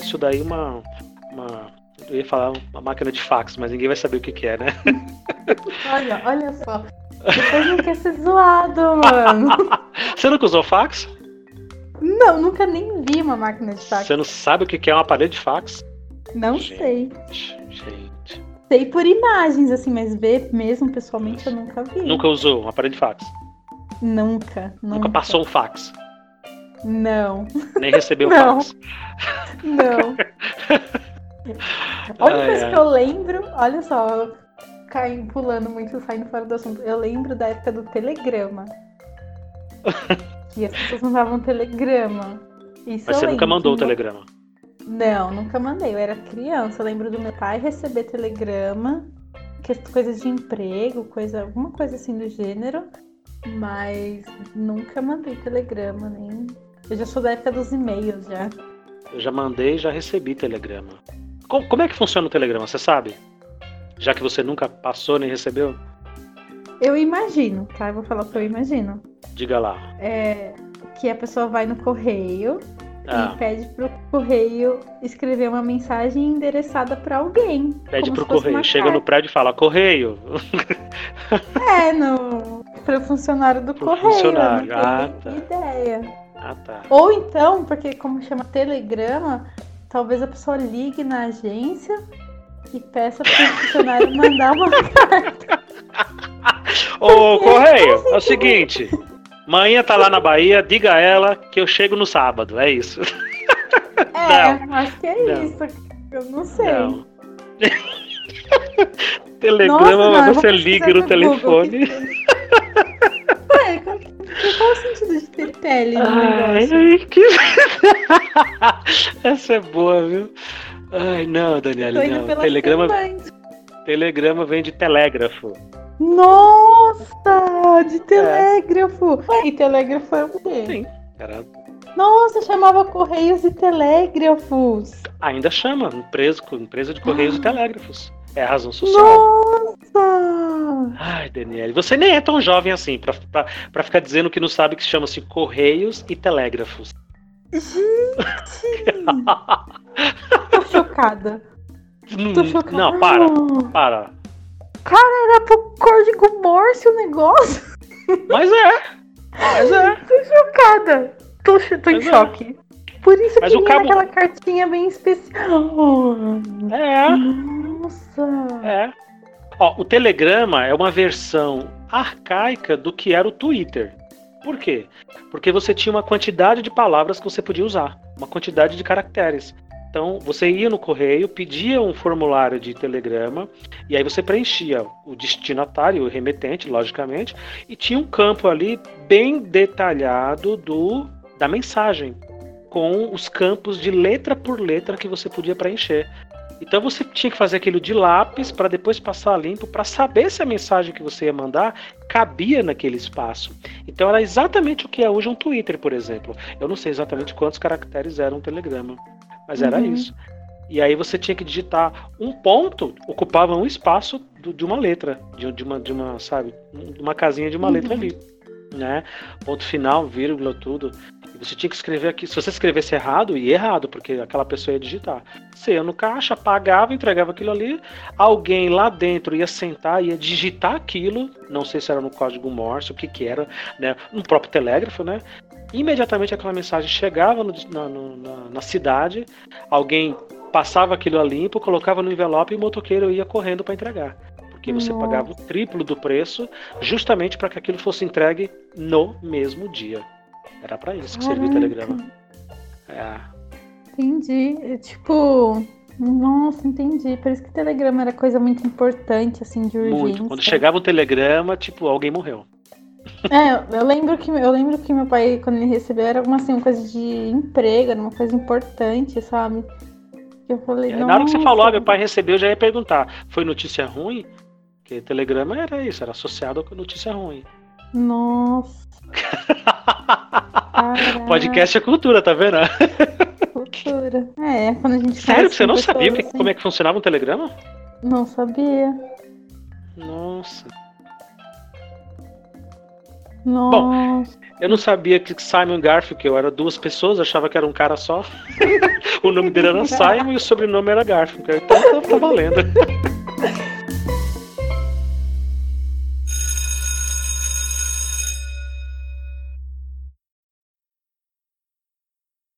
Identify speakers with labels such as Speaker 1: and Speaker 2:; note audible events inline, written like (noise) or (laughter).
Speaker 1: isso daí é uma, uma. Eu ia falar uma máquina de fax, mas ninguém vai saber o que, que é, né?
Speaker 2: Olha, olha só. Depois não quer ser zoado, mano.
Speaker 1: Você nunca usou fax?
Speaker 2: (laughs) Não, nunca nem vi uma máquina de fax.
Speaker 1: Você não sabe o que, que é uma parede de fax?
Speaker 2: Não
Speaker 1: Gente.
Speaker 2: sei.
Speaker 1: Gente.
Speaker 2: Sei por imagens, assim, mas ver mesmo pessoalmente eu nunca vi.
Speaker 1: Nunca usou uma parede de fax?
Speaker 2: Nunca. Nunca,
Speaker 1: Nunca passou um fax?
Speaker 2: Não,
Speaker 1: Nem
Speaker 2: (laughs)
Speaker 1: recebeu
Speaker 2: Não.
Speaker 1: fax? (laughs)
Speaker 2: não. A única
Speaker 1: Ai,
Speaker 2: coisa
Speaker 1: ai.
Speaker 2: que eu lembro, olha só, caindo, pulando muito, saindo fora do assunto. Eu lembro da época do
Speaker 1: (laughs)
Speaker 2: telegrama. que as pessoas mandavam telegrama. Isso
Speaker 1: Mas
Speaker 2: eu
Speaker 1: você nunca
Speaker 2: lembro.
Speaker 1: mandou o telegrama.
Speaker 2: Não, nunca mandei. Eu era criança. Eu lembro do meu pai receber telegrama, que- é coisas de emprego, coisa, alguma coisa assim do gênero. Mas nunca mandei telegrama, nem. Eu já sou da época dos e-mails já.
Speaker 1: Eu já mandei e já recebi telegrama. Co- Como é que funciona o telegrama? Você sabe? Já que você nunca passou nem recebeu?
Speaker 2: Eu imagino, tá? Eu vou falar o que eu imagino.
Speaker 1: Diga lá.
Speaker 2: É que a pessoa vai no correio
Speaker 1: Ah,
Speaker 2: e pede pro correio escrever uma mensagem endereçada pra alguém.
Speaker 1: pede
Speaker 2: como
Speaker 1: pro
Speaker 2: se fosse uma
Speaker 1: correio. Chega no
Speaker 2: carta.
Speaker 1: prédio e fala: Correio, (laughs)
Speaker 2: É, no. Pro funcionário do
Speaker 1: Pro
Speaker 2: correio.
Speaker 1: funcionário,
Speaker 2: Eu não
Speaker 1: ah,
Speaker 2: tenho
Speaker 1: tá.
Speaker 2: ideia.
Speaker 1: Ah, tá.
Speaker 2: Ou então, porque como chama telegrama, talvez a pessoa ligue na agência e peça para o funcionário mandar uma
Speaker 1: (laughs) Ô, Correio, é o seguinte. Manhã tá lá na Bahia, diga a ela que eu chego no sábado, é isso.
Speaker 2: É, acho que é
Speaker 1: Não.
Speaker 2: isso. Eu não sei.
Speaker 1: (laughs) Não. Telegrama,
Speaker 2: Nossa, não, eu vou
Speaker 1: você
Speaker 2: pesquisar
Speaker 1: liga no
Speaker 2: Google, que- é
Speaker 1: telefone.
Speaker 2: Ué, qual, qual o sentido de ter tele no negócio?
Speaker 1: Ai, que... (laughs) Essa é boa, viu? Ai, não,
Speaker 2: Tô
Speaker 1: Daniela,
Speaker 2: indo
Speaker 1: não.
Speaker 2: pela
Speaker 1: Telegrama,
Speaker 2: semante.
Speaker 1: telegrama vem de telégrafo.
Speaker 2: Nossa, de telégrafo. Ué, E telégrafo é o quê?
Speaker 1: É. Sim. Era-
Speaker 2: Nossa, chamava Correios e Telégrafos.
Speaker 1: ainda chama, empresa, empresa de correios
Speaker 2: Ah.
Speaker 1: e telégrafos. É a razão social.
Speaker 2: Nossa!
Speaker 1: Ai, Daniele, você nem é tão jovem assim pra, pra, pra ficar dizendo que não sabe que chama-se Correios e Telégrafos.
Speaker 2: Gente! Tô chocada. Tô
Speaker 1: Hum,
Speaker 2: chocada.
Speaker 1: não, para, para.
Speaker 2: Era pro código Morse o negócio.
Speaker 1: Mas é, mas é.
Speaker 2: Tô chocada. Tô, cho- tô em
Speaker 1: Mas é.
Speaker 2: choque. Por isso
Speaker 1: Mas
Speaker 2: que
Speaker 1: o
Speaker 2: vinha
Speaker 1: cabo-
Speaker 2: aquela cartinha bem especial.
Speaker 1: É,
Speaker 2: Nossa!
Speaker 1: é. Ó, o Telegrama é uma versão arcaica do que era o Twitter. Por quê? Porque você tinha uma quantidade de palavras que você podia usar, uma quantidade de caracteres. Então, você ia no correio, pedia um formulário de telegrama, e aí você preenchia o destinatário, o remetente, logicamente, e tinha um campo ali bem detalhado do da mensagem, com os campos de letra por letra que você podia preencher. Então você tinha que fazer aquilo de lápis para depois passar limpo para saber se a mensagem que você ia mandar cabia naquele espaço. Então era exatamente o que é hoje um Twitter, por exemplo. Eu não sei exatamente quantos caracteres era um telegrama, mas era
Speaker 2: Uhum.
Speaker 1: isso. E aí você tinha que digitar um ponto, ocupava um espaço do- de uma letra, de, de uma, de uma, sabe, de uma casinha de uma
Speaker 2: Uhum.
Speaker 1: letra ali, né? Ponto final, vírgula, tudo. E você tinha que escrever aqui. Se você escrevesse errado, ia errado, porque aquela pessoa ia digitar. Você ia no caixa, pagava, entregava aquilo ali. Alguém lá dentro ia sentar, ia digitar aquilo. Não sei se era no código Morse, o que que era, né? No próprio telégrafo, né? Imediatamente aquela mensagem chegava no- na, no- na- na cidade, alguém passava aquilo a limpo, colocava no envelope e o motoqueiro ia correndo para entregar. Porque você
Speaker 2: Nossa.
Speaker 1: pagava o triplo do preço justamente para que aquilo fosse entregue no mesmo dia. Era para isso que servia o
Speaker 2: Caraca.
Speaker 1: telegrama. É.
Speaker 2: Entendi. É Tipo. Nossa, entendi. Por isso que telegrama era coisa muito importante, assim, de urgência.
Speaker 1: Muito. Quando chegava o telegrama, tipo, alguém morreu.
Speaker 2: É, eu lembro que eu lembro que meu pai, quando ele recebeu, era alguma assim, uma coisa de emprego, era uma coisa importante, sabe? Que eu falei,
Speaker 1: É, Na hora que você falou, ah,
Speaker 2: "Nossa".
Speaker 1: meu pai recebeu, eu já ia perguntar. Foi notícia ruim? Porque telegrama era isso, era associado com notícia (laughs) ruim. (laughs)
Speaker 2: Nossa, caraca,
Speaker 1: Ah, Podcast é cultura, tá vendo?
Speaker 2: cultura. É, quando a gente
Speaker 1: Sério que
Speaker 2: faz
Speaker 1: você
Speaker 2: com
Speaker 1: não
Speaker 2: pessoas
Speaker 1: sabia o que-
Speaker 2: assim,
Speaker 1: como é que funcionava um telegrama?
Speaker 2: Não sabia.
Speaker 1: Nossa.
Speaker 2: Nossa.
Speaker 1: Eu não sabia que Simon Garfield era duas pessoas, achava que era um cara só. (laughs) o nome dele era Simon e o sobrenome era Garfield. Então tá valendo.